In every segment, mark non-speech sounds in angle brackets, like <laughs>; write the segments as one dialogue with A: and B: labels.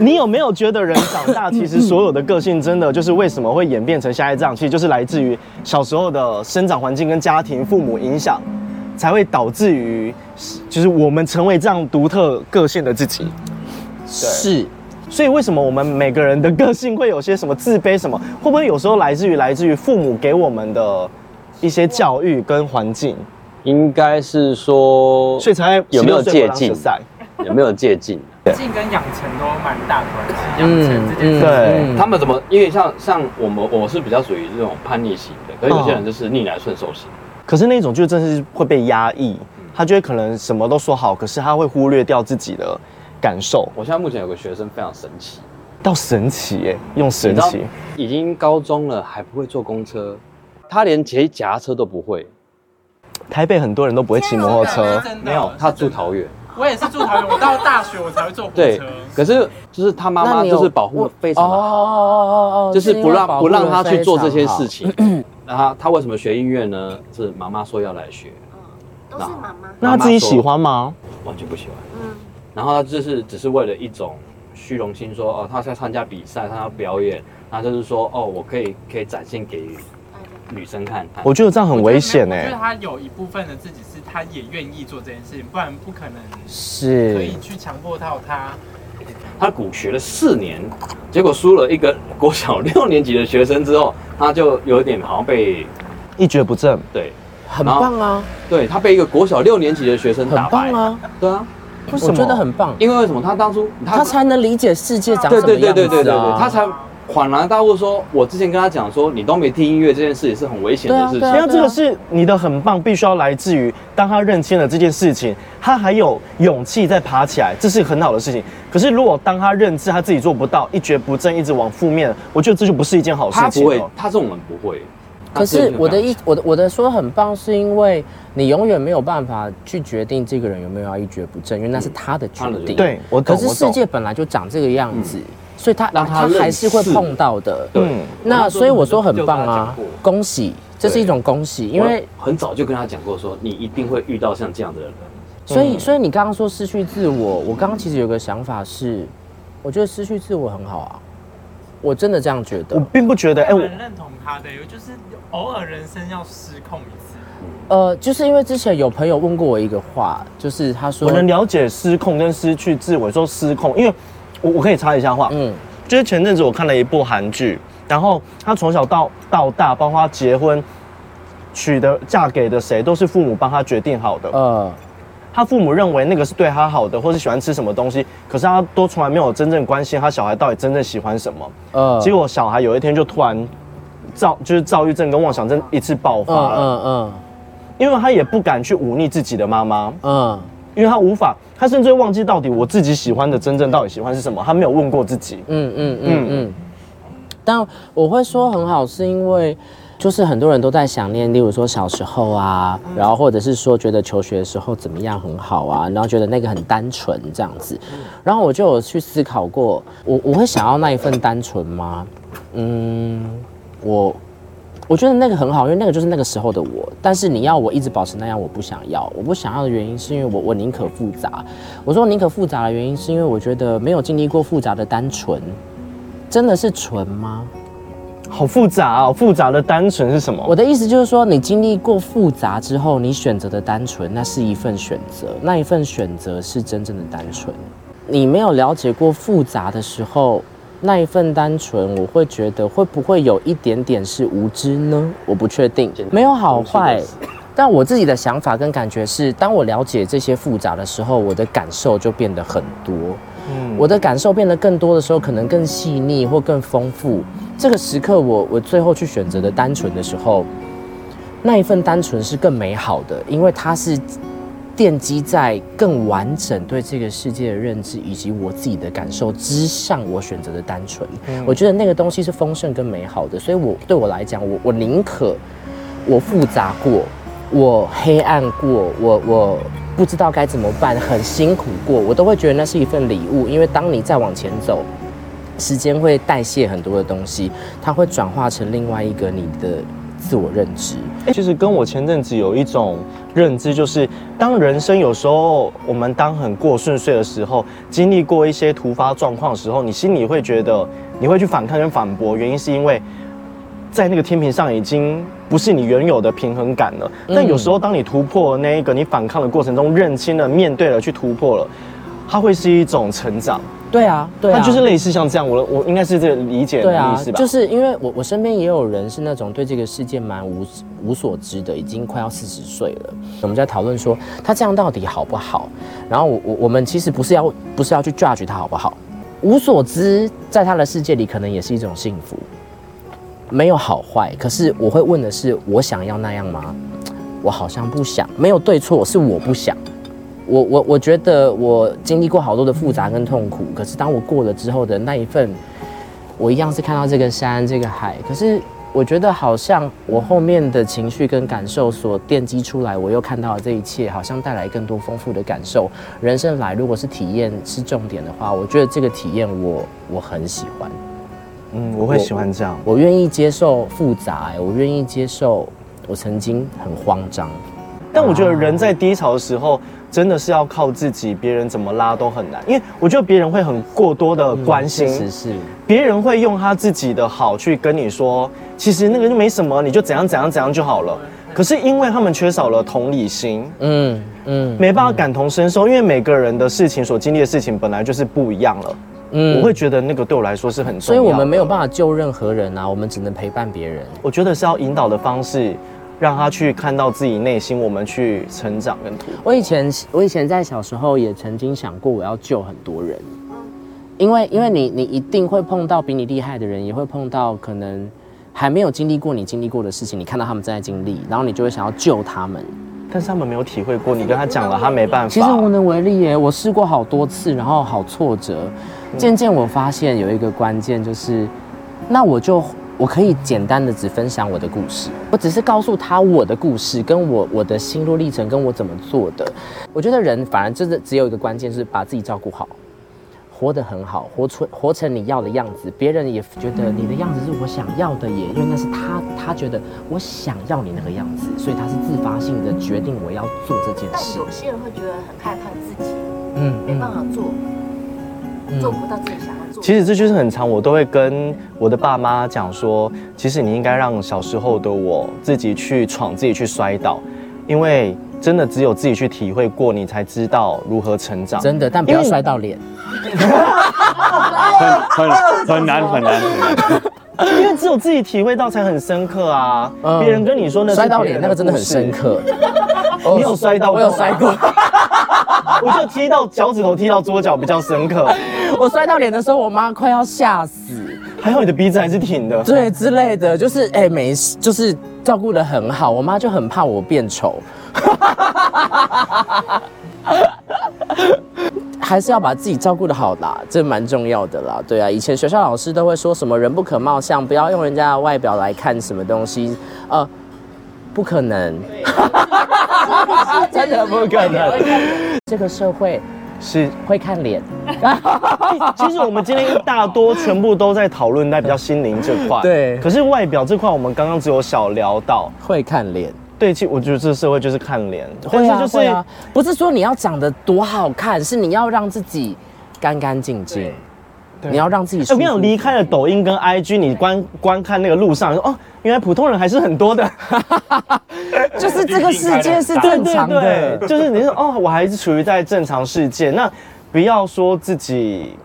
A: 你有没有觉得人长大，其实所有的个性真的就是为什么会演变成现在这样，其实就是来自于小时候的生长环境跟家庭、父母影响，才会导致于就是我们成为这样独特个性的自己。
B: 是，
A: 所以为什么我们每个人的个性会有些什么自卑什么？会不会有时候来自于来自于父母给我们的一些教育跟环境，
B: 应该是说，
A: 所以才
B: 有没有借
A: 进
B: 鉴？有没有借鉴？对
C: 性跟养成都蛮大的关系，养成这件
D: 嗯
C: 事。
A: 对
D: 他们怎么？因为像像我们，我是比较属于这种叛逆型的，可是有些人就是逆来顺受型。
A: 可是那种就真是会被压抑，他就会可能什么都说好，可是他会忽略掉自己的感受，
D: 我现在目前有个学生非常神奇，
A: 到神奇耶、用
D: 你
A: 神
D: 知道
A: 奇，
D: 已经高中了还不会坐公车，他连骑夹车都不会。
A: 台北很多人都不会骑摩托车，
C: 真的
D: 没有，他住桃园。
C: 我也是住桃园，我到大学我才会坐火
D: 对
C: 车。，
D: 可是就是他妈
B: 那
D: 妈
B: 你有
D: 就是保护得非常的好。
B: 哦
D: 就是不让不让他去做这些事。情。
B: <clears throat>
D: 那他他为什么学音乐呢？是妈妈说要来学，
E: 都是妈妈。
A: 那他自己喜欢吗？
D: 完全不喜欢。
E: 嗯，
D: 然后他就是只是为了一种虚荣心说，哦，他在参加比赛，参加表演，那就是说哦，我可以可以展现给女生看。
A: 我觉得这样很危险
C: 我觉得
A: 哎，
C: 他有一部分的自己是他也愿意做这件事情，不然不可能可
B: 是
C: 以，去强迫到他。
D: 他鼓学了四年，结果输了一个国小六年级的学生之后，他就有点好像被
A: 一蹶不振。
D: 对
B: 很棒啊，
D: 对，他被一个国小六年级的学生
B: 很
D: 打败
B: 棒。啊，
D: 对啊，
A: 为
B: 我觉得很棒，
D: 因为为什么他当初
B: 他才能理解世界长
D: 对
B: 什么
D: 对对
B: 样
D: 对对对
B: 子
D: 对，
B: 啊。
D: 他才恍然大悟说，我之前跟他讲说，你都没听音乐这件事也是很危险
B: 对
D: 的
B: 啊
D: 事
B: 对
D: 情
B: 啊。
A: 那这个是你的很棒，必须要来自于当他认清了这件事情，他还有勇气再爬起来，这是很好的事情。可是如果当他认知他自己做不到，一蹶不振，一直往负面，我哦觉得这就不是一件好事
D: 他
A: 情
D: 不会
A: 了。，
D: 他这种人不会。
B: 可是我的
D: 一
B: 一我的我的说很棒，是因为你永远没有办法去决定这个人有没有要一蹶不振，因为那是他的决
D: 他的决定嗯
B: 定。
A: 对，我懂，
B: 可是
A: 我
B: 世
A: 懂
B: 界本来就长这个样子，所以他
D: 让他
B: 他还
D: 认
B: 是会
D: 识
B: 碰到的。
D: 对
A: 嗯，
B: 那所以我说很棒啊
D: 就跟他讲过，
B: 恭喜，这是一种恭喜，因为
D: 我很早就跟他讲过说，你一定会遇到像这样的人。
B: 所以所以你刚刚说失去自我，我刚刚其实有个想法是，我觉得失去自我很好啊，我真的这样觉
A: 我
B: 得。
A: 并不觉得，哎、
C: 哎，我
A: 我
C: 很认同他的，就是偶尔人生要失控一
D: <laughs>
C: 次。
B: 呃，就是因为之前有朋友问过我一个话，就是他说
A: 我，能了解失控跟失去自我，说失控，因为我我可以插一下话，
B: 嗯，
A: 就是前阵子我看了一部韩剧，然后她从小到到大，包括她结婚、娶的、嫁给的谁，都是父母帮她决定好的。
B: 呃，
A: 他父母认为那个是对他好的，或是喜欢吃什么东西，可是他都从来没有真正关心他小孩到底真正喜欢什么。
B: 呃，
A: 结果小孩有一天就突然躁，就是躁郁症跟妄想症一次爆发
B: 嗯
A: 了，
B: 嗯嗯
A: 因为他也不敢去忤逆自己的妈妈，
B: 嗯，
A: 因为他无法，他甚至会忘记到底我自己喜欢的真正到底喜欢是什么，他没有问过自己。
B: 嗯嗯嗯嗯。但我会说很好，是因为就是很多人都在想念，例如说小时候啊，
A: 嗯
B: 然后或者是说觉得求学的时候怎么样很好啊，然后觉得那个很单纯这样子。
A: 嗯
B: 然后我就有去思考过，我我会想要那一份单纯吗？嗯，我我觉得那个很好，因为那个就是那个时候的我。但是你要我一直保持那样，我不想要。我不想要的原因是因为我我宁可复杂。我说宁可复杂的原因是因为我觉得没有经历过复杂的单纯，真的是纯吗？
A: 好复杂哦，复杂的单纯是什么？
B: 我的意思就是说，你经历过复杂之后，你选择的单纯，那是一份选择，那一份选择是真正的单纯。你没有了解过复杂的时候，那一份单纯，我会觉得会不会有一点点是无知呢？我不确定
D: 简，单
B: 没有好
D: 无
B: 坏
D: 知的死。
B: 但我自己的想法跟感觉是，当我了解这些复杂的时候，我的感受就变得很多。我的感受变得更多的时候，可能更细腻或更丰富。这个时刻我，我最后去选择的单纯的时候，那一份单纯是更美好的，因为它是奠基在更完整对这个世界的认知以及我自己的感受之上，我选择的单纯。
A: 嗯
B: 我觉得那个东西是丰盛跟美好的，所以我对我来讲，我我宁可我复杂过，我黑暗过，我我不知道该怎么办，很辛苦过，我都会觉得那是一份礼物，因为当你再往前走。时间会代谢很多的东西，它会转化成另外一个你的自我认知。
A: 其实跟我前阵子有一种认知，就是当人生有时候我们当很过顺遂的时候，经历过一些突发状况的时候，你心里会觉得你会去反抗跟反驳，原因是因为在那个天平上已经不是你原有的平衡感了。但有时候当你突破了那一个你反抗的过程中，认清了、面对了、去突破了，它会是一种成长。
B: 对啊，对啊，
A: 它就是类似像这样，我我应该是这个理解的
B: 对
A: 意
B: 啊
A: 思吧？，
B: 就是因为我我身边也有人是那种对这个世界蛮无无所知的，已经快要四十岁了。我们在讨论说他这样到底好不好？然后我我我们其实不是要不是要去 judge 他好不好，无所知在他的世界里可能也是一种幸福，没有好坏。可是我会问的是，我想要那样吗？我好像不想，没有对错，是我不想。我我我觉得我经历过好多的复杂跟痛苦，可是当我过了之后的那一份我一样是看到这个山、这个海，可是我觉得好像我后面的情绪跟感受所奠基出来，我又看到了这一切，好像带来更多丰富的感受。人生来如果是体验是重点的话，我觉得这个体验我我很喜欢，
A: 嗯，我会喜欢这样。
B: 我愿意接受复杂、我愿意接受我曾经很慌张。
A: 嗯但我觉得人在低潮的时候，真的是要靠自己，别人怎么拉都很难。因为我觉得别人会很过多的关心，
B: 确实是，
A: 别人会用他自己的好去跟你说，其实那个就没什么，你就怎样怎样怎样就好了。可是因为他们缺少了同理心，
B: 嗯嗯
A: 没办法感同身受，因为每个人的事情所经历的事情本来就是不一样了。
B: 嗯
A: 我会觉得那个对我来说是很重要的，
B: 所以我们没有办法救任何人啊，我们只能陪伴别人。
A: 我觉得是要引导的方式，让他去看到自己内心，我们去成长跟突破。
B: 我以前我以前在小时候也曾经想过我要救很多人，因为因为你你一定会碰到比你厉害的人，也会碰到可能还没有经历过你经历过的事情，你看到他们正在经历，然后你就会想要救他们。
A: 但是他们没有体会过，你跟他讲了，他没办法。
B: 其实无能为力耶，我试过好多次，然后好挫折。渐渐我发现有一个关键就是，那我就我可以简单的只分享我的故事，我只是告诉他我的故事，跟我我的心路历程，跟我怎么做的。我觉得人反而就是只有一个关键，就是把自己照顾好。活得很好，活出活成你要的样子，别人也觉得你的样子是我想要的耶，因为那是他他觉得我想要你那个样子，所以他是自发性的决定我要做这件
E: 但
B: 事。
E: 有些人会觉得很害怕自己，
B: 嗯
E: 没办法做，
B: 嗯
E: 做不到自己想要做。
A: 其实这就是很长，我都会跟我的爸妈讲说，其实你应该让小时候的我自己去闯，自己去摔倒，因为真的只有自己去体会过，你才知道如何成长。
B: 真的，但不要摔到脸。
D: 很很很难很难很难。
A: 因为只有自己体会到才很深刻啊。
B: 嗯
A: 别人跟你说那是
B: 摔到
A: 别
B: 脸
A: 人
B: 那个真的很深
A: 故事。 <laughs>
B: 刻。哦
A: 你有摔到过
B: 我
A: 吗
B: 有摔过。 <laughs>
A: 我就踢到脚趾头，踢到桌角比较深
B: <laughs>
A: 刻。
B: 我摔到脸的时候，我妈快要吓死，
A: 还好你的鼻子还是挺的。
B: 对之类的，就是哎、没事，就是照顾的很好。我妈就很怕我变丑。 <laughs> 还是要把自己照顾的好啦，这蛮重要的啦。对啊，以前学校老师都会说什么“人不可貌相”，不要用人家的外表来看什么东西。呃，不可能， <laughs> 真的不可能。这个社会
A: 是
B: 会看脸，
A: 哎其实我们今天一大多全部都在讨论在比较心灵这块，
B: 对
A: 可是外表这块，我们刚刚只有小聊到。
B: 会看脸。
A: 对，其实我觉得这社会就是看脸，
B: 会啊，
A: 但是
B: 会啊，不是说你要长得多好看，是你要让自己干干净净，你要让自己
A: 哎
B: 舒服。
A: 我跟你讲，离开了抖音跟 IG，你观观看那个路上，说哦，原来普通人还是很多的，
B: <laughs> 就是这个世界是正常的。
A: 就是你说哦，我还是处于在正常世界，那不要说自己，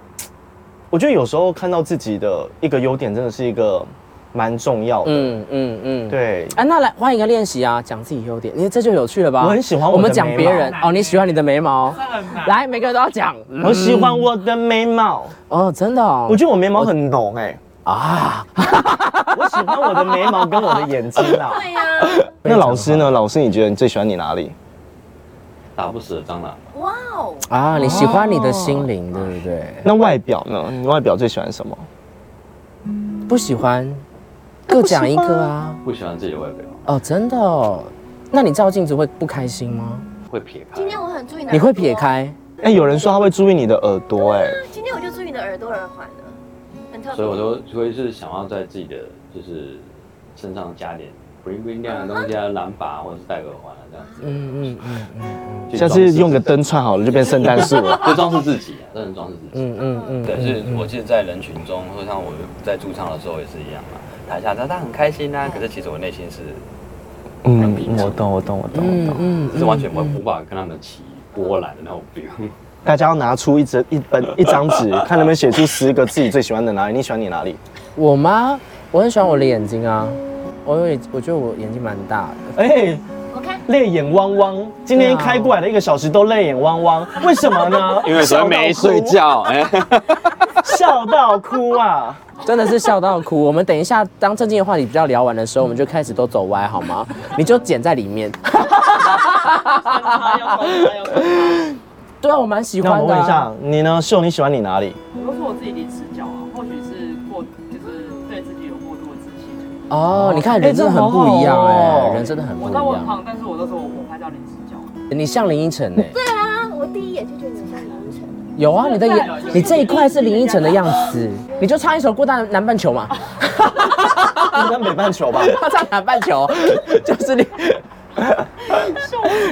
A: 我觉得有时候看到自己的一个优点，真的是一个蛮重要的，
B: 嗯嗯嗯，。
A: 对，
B: 啊，那来换一个练习啊，讲自己优点，你这就有趣了吧？
A: 我很喜欢我的
B: 们讲别人
C: 眉毛
B: 哦，你喜欢你的眉毛，
C: 这很难。
B: 来，每个人都要讲。嗯
A: 我喜欢我的眉毛，
B: 哦，真的哦，
A: 我觉得我眉毛很浓哎、
B: 啊，
A: 我喜欢我的眉毛跟我的眼睛
E: <laughs>
A: 啦。
E: 对呀、
A: 那老师呢？老师，你觉得你最喜欢你哪里？
D: 打不死的蟑螂，
E: 哇哦，
B: 啊，你喜欢你的心灵，
A: 哦
B: 对不对？
A: 那外表呢？你外表最喜欢什么？
B: 不喜欢，
A: 哎
B: 各讲一个啊。
D: 不喜欢自己的外表，
B: 哦，真的哦，那你照镜子会不开心吗？
D: 会撇开
E: 今。天我很注意你的耳朵
B: 你会撇？开？
A: 哎、有人说他会注意你的耳朵、哎，
E: 啊今天我就注意你的耳朵耳环了，很特别。
D: 所以我都所以是想要在自己的就是身上加点 bling bling 亮的东西啊，蓝把或者是戴耳环啊这样子，
B: 嗯嗯嗯
D: 去
A: 下
D: 装饰啊
A: 次用个灯串好了，就变圣诞树了。
D: 就装饰自己啊，真的装饰自己。
B: 嗯嗯嗯，
D: 对，是我记得在人群中，或者像我在驻唱的时候也是一样嘛，台下大家很开心啊，可是其实我内心是
A: <laughs> 嗯，我懂，我懂，我懂，我懂。
B: 嗯
D: 是完全无无法跟他们起波澜的那种 feel。
A: 大家要拿出一折一本一张纸，看能不能写出十个自己最喜欢的哪里。你喜欢你哪里？
B: 我吗？我很喜欢我的眼睛啊，我有我觉得我眼睛蛮大
A: <laughs>
B: 的，
A: 哎、
E: 我看
A: 泪眼汪汪。今天一开过来的一个小时都泪眼汪汪，为什么 <laughs> 呢？笑到哭，
D: 觉，哎，
A: 笑到哭啊！
B: 真的是笑到哭。我们等一下当正经的话题比较聊完的时候，我们就开始都走歪好吗？你就剪在里面。对啊，我蛮喜
A: 那我
B: 欢
A: 们
B: 的、
A: 问一
B: 啊
A: 下。你呢，秀，你喜欢你哪
B: <laughs>
A: 里？
F: 我都说我自己零死角啊，或许是过，就是对自己有过度的自信。
B: 哦，你看人真的很不一样哎、人真的很不
F: 我
B: 一
F: 知道我很
B: 样。
F: 胖，但是我都说我我拍照零死角。
B: 你像林依晨哎、
E: 对啊，我第一眼就觉得你像林依晨。
B: 有啊，你的眼
F: 有有，
B: 你这一块是林依晨的样子，你就唱一首《孤单南半球》嘛，
A: 应该北半球吧？
B: 他唱南半球， <laughs> 就是你，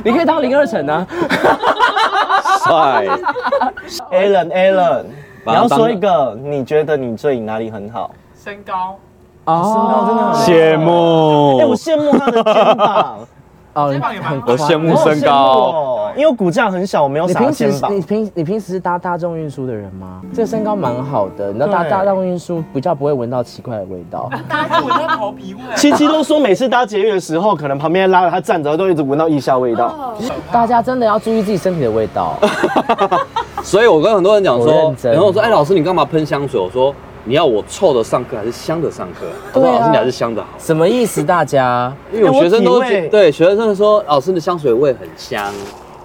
B: 你可以当林二晨啊。
D: 哎帅，
A: Alan Alan，你
D: 把它
A: 要
D: 当
A: 说一个你觉得你最哪里很好？
F: 身高，
B: 哦，
A: 身高真的很
D: 羡
A: 哎、我
D: 慕，
A: 羡慕他的肩膀，
B: 哦，
F: 肩膀也蛮
B: 很
F: 宽
D: 我
B: 宽
D: 羡慕
A: 我好
D: <laughs> 身
A: 羡慕
D: 高，
A: 哦，因为我骨架很小，我没有
B: 你
A: 啥
B: 平时
A: 肩
B: 是
A: 膀
B: 你。平你平时是搭大众运输的人吗？这个身高蛮好的，你知道搭
A: 对
B: 搭大众运输比较不会闻到奇怪的味道。 <laughs>
F: 大家闻到头皮味。
A: 七七都说每次搭捷运的时候，可能旁边拉着他站着，都一直闻到腋下味道。
B: 哦大家真的要注意自己身体的味 <laughs> 道。
D: 所以我跟很多人讲
B: 我
D: 说
B: 认，真
D: 然后我说，哎，老师你干嘛喷香水？我说你要我臭的上课还是香的上课？他
B: 对
D: 说
B: 啊
D: 老师你还是香的好，
B: 什么意思？大家
D: 因为我学生都
A: 哎我体味
D: 觉对学生真的说老师你的香水味很香，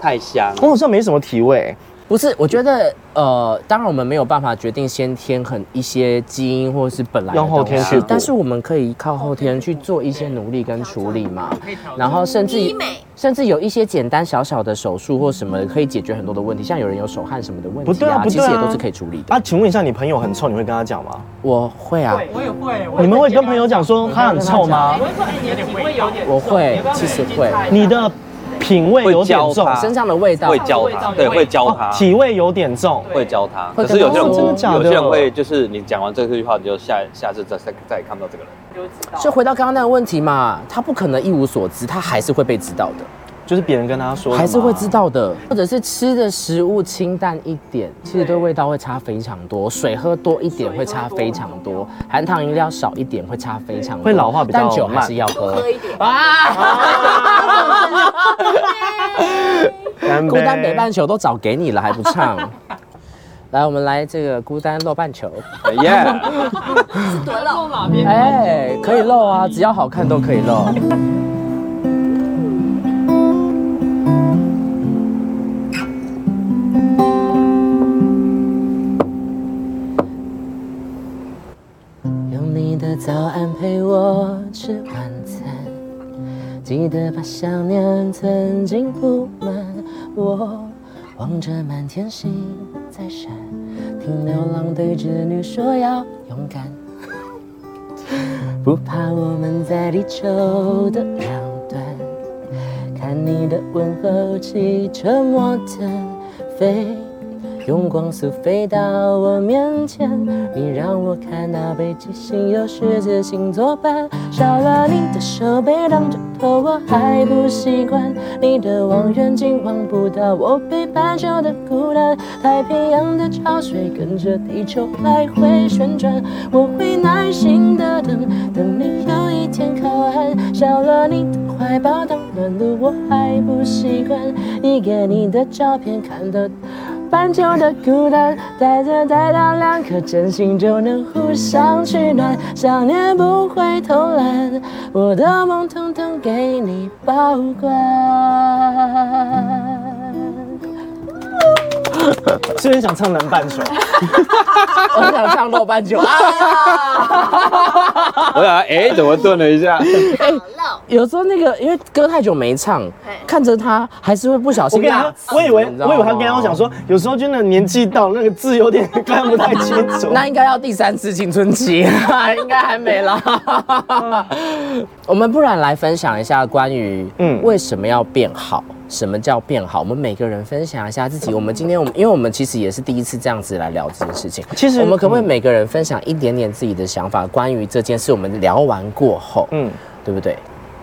D: 太香。
A: 我好像没什么体味，
B: 不是？我觉得呃，当然我们没有办法决定先天很一些基因或是本来的
A: 用后天
B: 东西
A: 去补
B: 但是我们可以靠后天去做一些努力跟处理嘛。
C: 可以调整
B: <laughs> 然后甚至
E: 医美
B: 甚至有一些简单小小的手术或什么可以解决很多的问题，像有人有手汗什么的问题、
A: 不对啊不
B: 其
A: 对啊
B: 实也都是可以处理的。
A: 啊，请问一下，你朋友很臭，你会跟他讲吗？
B: 我会啊，
F: 会，我也会。我也
A: 你们会跟朋友讲说他很臭吗
B: <laughs>
F: 我？会说，哎，你的体味有点重。
B: 我会
F: 你不要
B: 其实
F: 每天
B: 会
F: 擦一下
A: 你的品味有点
D: 会
A: 重
D: 教，他
B: 身上的味道
D: 会教他，对，会教他
A: 哦，体味有点重。
F: 对
D: 会教他。
B: 会
D: 可
B: 跟
D: 是有些人
A: 他说真的假的
D: 有些人会就是你讲完这句话，你就下下次再再再也看不到这个人。
F: 你就会知道。
B: 就回到刚刚那个问题嘛，他不可能一无所知，他还是会被知道的，
A: 就是别人跟他说的吗，
B: 还是会知道的。或者是吃的食物清淡一点，其实对味道会差非常多。水喝多一点会差非常多，含糖饮料少一点会差非常多。
A: 会老化比较
B: 但酒
A: 慢
B: 还是要喝。
E: 喝一点啊
B: <laughs> 啊！
A: 干杯。
B: 孤单北半球都找给你了，还不唱？ <laughs> 来，我们来这个孤单露半球。
D: 耶，
E: 多老了，
B: 哎、可以露啊，只要好看都可以露。用你的早安陪我吃晚餐，记得把想念曾经铺满。我望着满天星在闪，听牛郎对织女说要勇敢。不怕我们在地球的两端，看你的问候骑车摩天飞，用光速飞到我面前，你让我看到北极星有十字星作伴，少了你的手背当枕头我还不习惯，你的望远镜望不到我北半球的孤单，太平洋的潮水跟着地球来回旋转，我会耐心的等，等你有一天靠岸，少了你的怀抱当暖炉我还不习惯，一个你的照片看得。半球的孤单，带着带到两颗真心就能互相取暖，想念不会偷懒，我的梦统统给你保管。
A: 是不是很想唱南半
B: <laughs>
A: 球？
B: <laughs> 我想唱豆 <laughs> 瓣酒啊！
D: <laughs> 我想，哎，怎么顿了一下？
E: 好老。
B: 有时候那个因为歌太久没唱
E: 嘿，
B: 看着他还是会不小
A: 我
B: 心
A: 跟他
B: 拉。，
A: 我以为
B: 你知道
A: 我
B: 吗
A: 以为他跟他讲说，有时候真的年纪到那个字有点 <laughs> 看不太清楚。
B: 那应该要第三次青春期， <laughs> 应该还没啦。
A: <laughs>
B: 我们不然来分享一下关于
A: 嗯
B: 嗯为什么要变好，什么叫变好？我们每个人分享一下
A: 嗯
B: 自己。我们今天我们因为我们其实也是第一次这样子来聊这件事情。
A: 其实
B: 我们可不可以
A: 嗯
B: 每个人分享一点点自己的想法，关于这件事？我们聊完过后，
A: 嗯，
B: 对不对？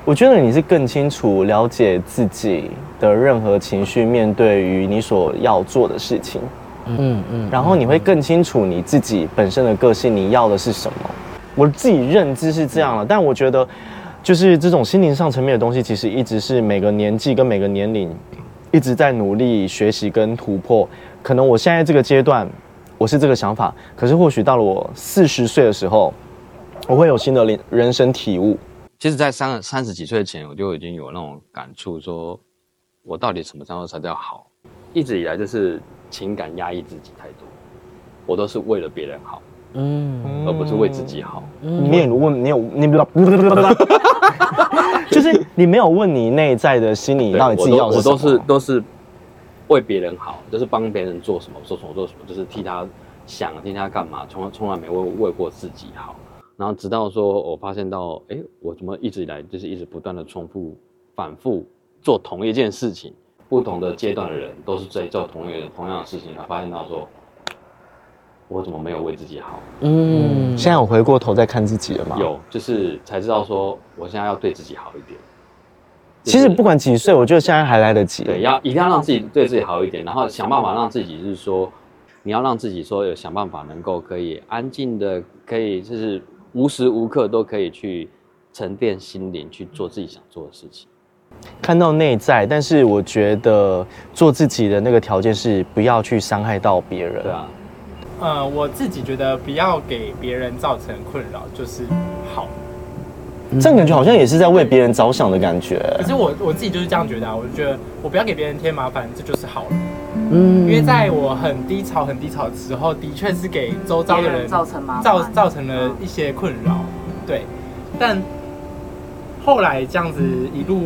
A: 我觉得你是更清楚了解自己的任何情绪，面对于你所要做的事情，
B: 嗯嗯。
A: 然后你会更清楚你自己本身的个性，你要的是什么。我自己认知是这样了，但我觉
D: 嗯
A: 得就是这种心灵上层面的东西，其实一直是每个年纪跟每个年龄一直在努力学习跟突破。可能我现在这个阶段我是这个想法，可是或许到了我四十岁的时候，我会有新的人人生体悟。
D: <laughs> 其实，在三三十几岁前，我就已经有那种感触说，我到底什么时候才叫好？一直以来就是情感压抑自己太多，我都是为了别人好，
B: 嗯
D: 而不是为自己好。
A: 你有问，你有你不知道， <laughs> 就是你没有问你内在的心理
D: 对
A: 到底自己要的
D: 我
A: 什
D: 都
A: 么啊
D: 我都是都是为别人好，就是帮别人做什么做什么做什么，就是替他想替他干嘛，从从来没为为过自己好。然后直到说我发现到，哎，我怎么一直以来就是一直不断的重复、反复做同一件事情，不同的阶段的人都是在做同一个同样的事情，才发现到说，我怎么没有为自己好？
B: 嗯
A: 现在我回过头再看自己了吗？。
D: 有，就是才知道说，我现在要对自己好一点。
A: 其实不管几岁，我觉得现在还来得及。
D: 对，要一定要让自己对自己好一点，然后想办法让自己就是说，你要让自己说有想办法能够可以安静的，可以就是无时无刻都可以去沉淀心灵，去做自己想做的事情。
A: 看到内在，但是我觉得做自己的那个条件是不要去伤害到别人。
D: 对啊，
C: 呃，我自己觉得不要给别人造成困扰，就是好。
A: 这样感觉好像也是在为别人着想的感觉。
C: 可是我我自己就是这样觉得啊，我就觉得我不要给别人添麻烦，这就是好了。
B: 嗯
C: 因为在我很低潮、很低潮的时候，的确是给周遭的
F: 别
C: 人
F: 人造成麻烦嗯
C: 造造成了一些困扰，对。但后来这样子一路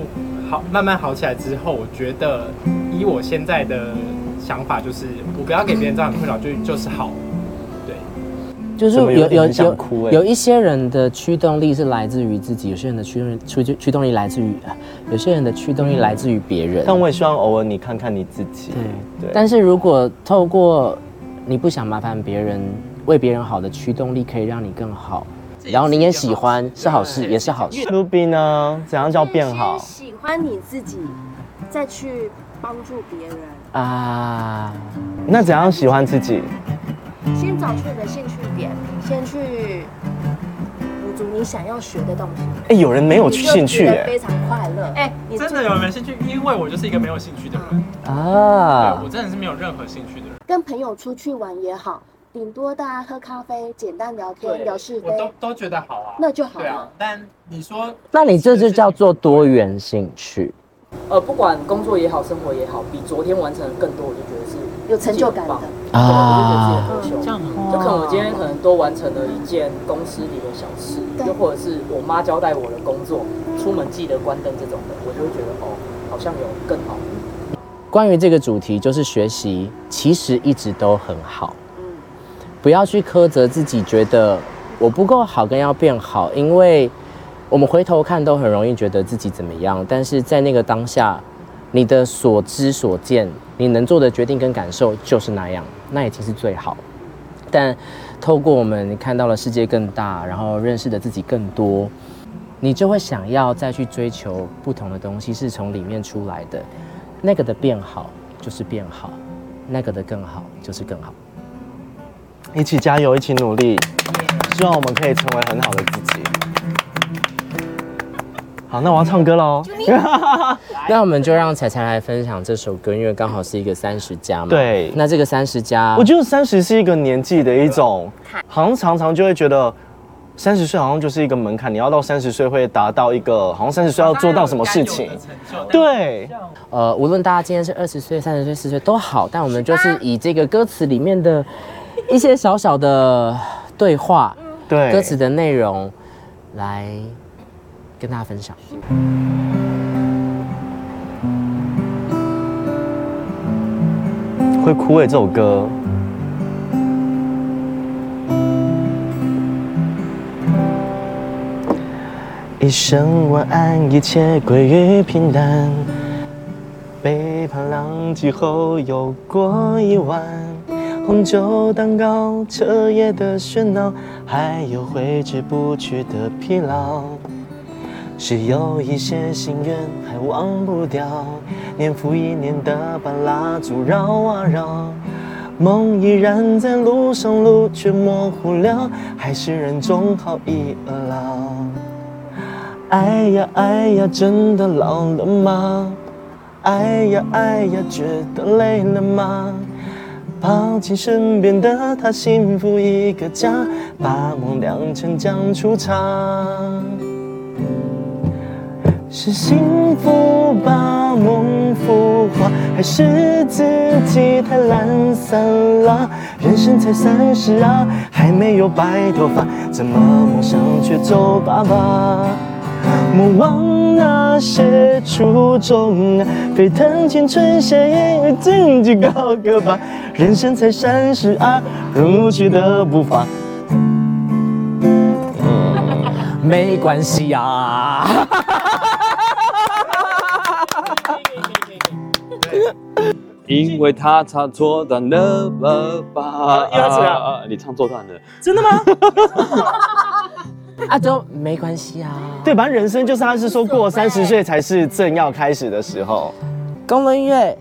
C: 好，慢慢好起来之后，我觉得以我现在的想法，就是我不要给别人造成困扰，就就是好，对。
B: 就是
A: 怎
B: 有
A: 么有
B: 有
A: 点
B: 有
A: 很想哭欸
B: 有一些人的驱动力是来自于自己，有些人的驱动驱驱动力来自于，啊有些人的驱动力来自于别人。
A: 但我也希望偶尔你看看你自己。
B: 对
A: 对，
B: 但是如果透过你不想麻烦别人，为别人好的驱动力，可以让你更好，然后你也喜欢是好事，也是好事。
A: 卢比呢？怎样叫变好？
E: 喜欢你自己，再去帮助别人，
B: 啊，
A: 那怎样喜欢自己？
E: 先找出你的兴趣点，先去补足你想要学的东西。
A: 哎，有人没有去兴趣
E: 你就觉
A: 哎
E: 得。非常快乐。哎，你
C: 真的有人兴趣，因为我就是一个没有兴趣的人，对
B: 啊
C: 我，真的是没有任何兴趣的人，
E: 跟朋友出去玩也好，顶多大家喝咖啡，简单聊天
C: 对
E: 聊是
C: 我都
E: 非，
C: 都觉得好啊，
E: 那就好
C: 对啊
E: 了。。
C: 但你说
B: 那你这就叫做多元兴趣。
F: 呃，不管工作也好，生活也好，比昨天完成的更多，我就觉得是
E: 有成就感的
F: 棒对，
B: 啊
F: 我就觉得自己很优
C: 嗯
F: 秀。
C: 样很啊
F: 就可能我今天可能多完成了一件公司里的小事，
E: 对
F: 又或者是我妈交代我的工作，出门记得关灯这种的，我就会觉得哦，好像有更好。
B: 关于这个主题，就是学习，其实一直都很好。
E: 嗯，
B: 不要去苛责自己，觉得我不够好跟要变好，因为我们回头看都很容易觉得自己怎么样，但是在那个当下，你的所知所见，你能做的决定跟感受就是那样，那已经是最好。但透过我们看到了世界更大，然后认识的自己更多，你就会想要再去追求不同的东西，是从里面出来的。那个的变好就是变好，那个的更好就是更好。
A: 一起加油，一起努力，希望我们可以成为很好的自己。好，那我要唱歌喽。
B: 那我们就让彩彩来分享这首歌，因为刚好是一个三十加嘛。
A: 对
B: 那这个三十加，
C: 啊
A: 我觉得三十是一个年纪的一种，好像常常就会觉得。三十岁好像就是一个门槛，你要到三十岁会达到一个，好像三十岁要做到什么事情
C: 当然有该有的。成就，但
A: 对，
B: 呃，无论大家今天是二十岁、三十岁、四十岁都好，但我们就是以这个歌词里面的一些小小的对话、
A: 对，
B: 歌词的内容来跟大家分享。
A: 会枯萎这首歌，一声晚安，一切归于平淡。背叛浪迹后有过一晚，红酒蛋糕，彻夜的喧闹，还有挥之不去的疲劳。是有一些心愿还忘不掉，年复一年的把蜡烛绕啊绕，梦依然在路上，路却模糊了，还是人终好逸恶劳。哎呀哎呀，真的老了吗？哎呀哎呀，觉得累了吗？抱紧身边的他，幸福一个家，把梦酿成酱醋茶。是幸福把梦孵化，还是自己太懒散了？人生才三十啊，还没有白头发，怎么梦想却皱巴巴？莫忘那些初衷啊，沸腾青春，谁与自己高歌吧？人生才三十啊，如去的步伐。
B: 没关系呀、啊，
D: 因为他唱错段了吧？
A: 又要怎样
D: 啊？你唱错段了，
B: 啊就没关系啊。
A: 对，反正人生就是他是说过三十岁才是正要开始的时候。
B: 公路音乐，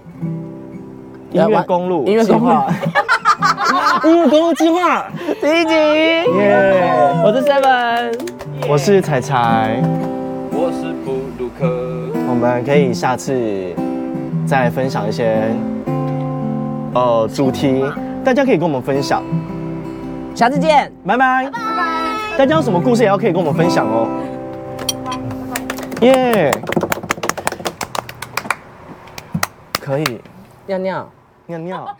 B: 呃
A: 音乐公路
B: 音乐
A: 计 <laughs>
B: 公路
A: 划，音乐公路计划第一集。耶！
B: 我是 Seven。
A: 我是彩彩，
D: 我是布鲁克。
A: 我们可以下次再分享一些呃主题，大家可以跟我们分享。
B: 下次见。
A: 拜拜，拜拜。大家有什么故事也要可以跟我们分享哦。耶、可以
B: 尿尿。
A: 尿尿。